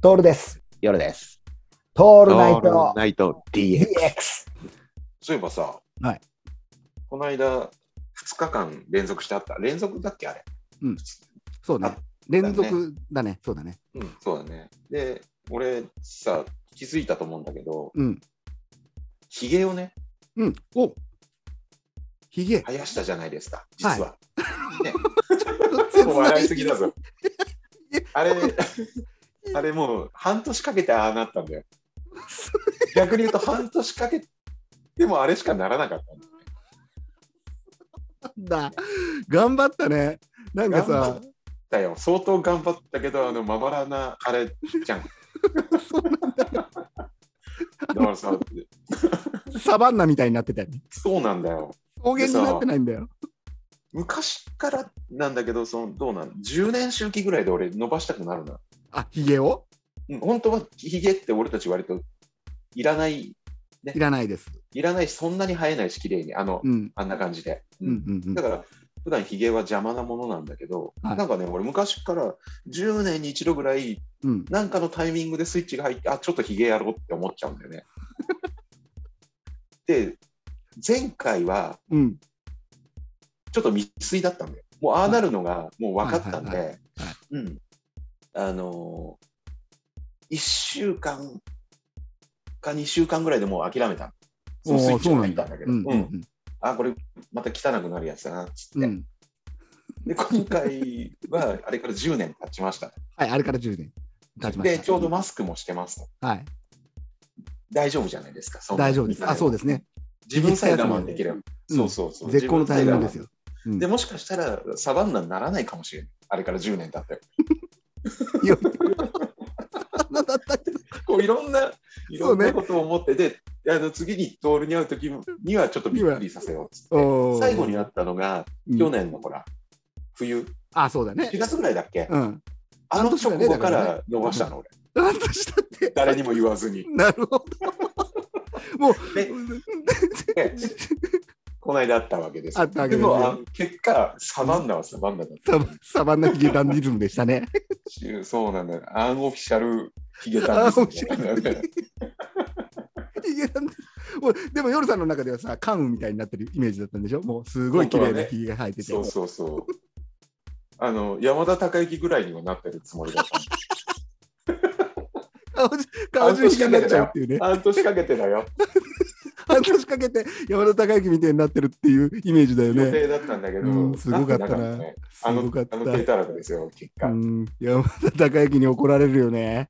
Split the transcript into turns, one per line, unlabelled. トールです。
夜です。
ト
オ
ールナイト
ナイト DX。
DX。
そういえばさ、
はい
この間、2日間連続してあった。連続だっけあれ。
そうね
あ。
連続だね。そうだね。
うん、そうだね。で、俺さ、気づいたと思うんだけど、
うん。
ひげをね、
うん。おひげ。
生やしたじゃないですか、実は。
切な
笑いすぎだ ぞ。あれ、あれもう半年かけてああなった んだよ。逆に言うと半年かけてもあれしかならなかったんだよね。
だ。頑張ったね。なんか
頑張
さ
っ、たよ。相当頑張ったけど、あの、まばらなあれじゃん。だからさ、
サバンナみたいになってたよね。
そうなんだよ。
草原になってないんだよ。
昔からなんだけど、そのどうなの ?10 年周期ぐらいで俺伸ばしたくなるな。
あ、ひげを
うん本当はヒゲって俺たち割といらない、
いらないです。
いらないし、そんなに生えないし、綺麗に、あの、
うん。
あんな感じで。
うんうんうん
だ。から、普段ヒゲは邪魔なものなんだけど、
はい
なんかね、俺昔から10年に一度ぐらい、
うん。
なんかのタイミングでスイッチが入って、あ、ちょっとヒゲやろうって思っちゃうんだよね。で、前回は
うん。
ちょっと未遂だったんだよ。もうああなるのがもう分かったん
はいは
で、うん。あのー、1週間か2週間ぐらいでもう諦めた。そのスイ
おー
ッチ
そ
が
うな
入っ
ん
た
だ
んだけ。ど、
う
うんん
うん
あ、これまた汚くなるやつだな、つって。
うん。うん。
で今回はあれから10年経ちました。
はい、あれから10年経ちました。
で、ちょうどマスクもしてますと。
はい。
大丈夫じゃないですか。そんな
大丈夫です。あ、そうですね。
自分さえ我慢できれば。
うん
そうそうそう。
絶好のタイミングです
よ。
よ。
でもしかしたらサバンナにならないかもしれない。あれから10年経って。
いやなんだったっけ
こういろんな、いろん
そうね
なことを思って、で、あの次にトールに会う時にはちょっとびっくりさせようっつって
おー
最後に会ったのが、
うん
去年のほら、冬、
あ、そうだね
4。月ぐらいだっけ、
うん。
あの
半
直後か
年ぐらいだ
ら伸ばしたの、俺。
なんとしたって。
誰にも言わずに。
なるほど。もう、
でで この間あったわけです
あ
よ。
ったわけで
で
すよ
もあ結果、サバンナはサバンナだっ
サバサバンナヒゲダンディズムでしたね。
たし。そうなんだよ。アンオフィシャルヒゲダンディズムみたいなね
ヒゲダンディズムもうでも、夜さんの中ではさ、カンウみたいになってるイメージだったんでしょもう、すごい綺麗なヒゲが生えてて。
そうそうそう。あの山田孝之ぐらいにもなってるつもり だったんだ。
顔中顔中ヒゲになっちゃうっていうね。
半年かけてだよ。
半年かけて山田孝之みたいになってるっていうイメージだよ
予
ね。
定だったんだけど、
うんすごかったな
ってんね
す
あの
ごかった。
あの低たらくですよ、結
う
果。
ん、山田孝之に怒られるよね。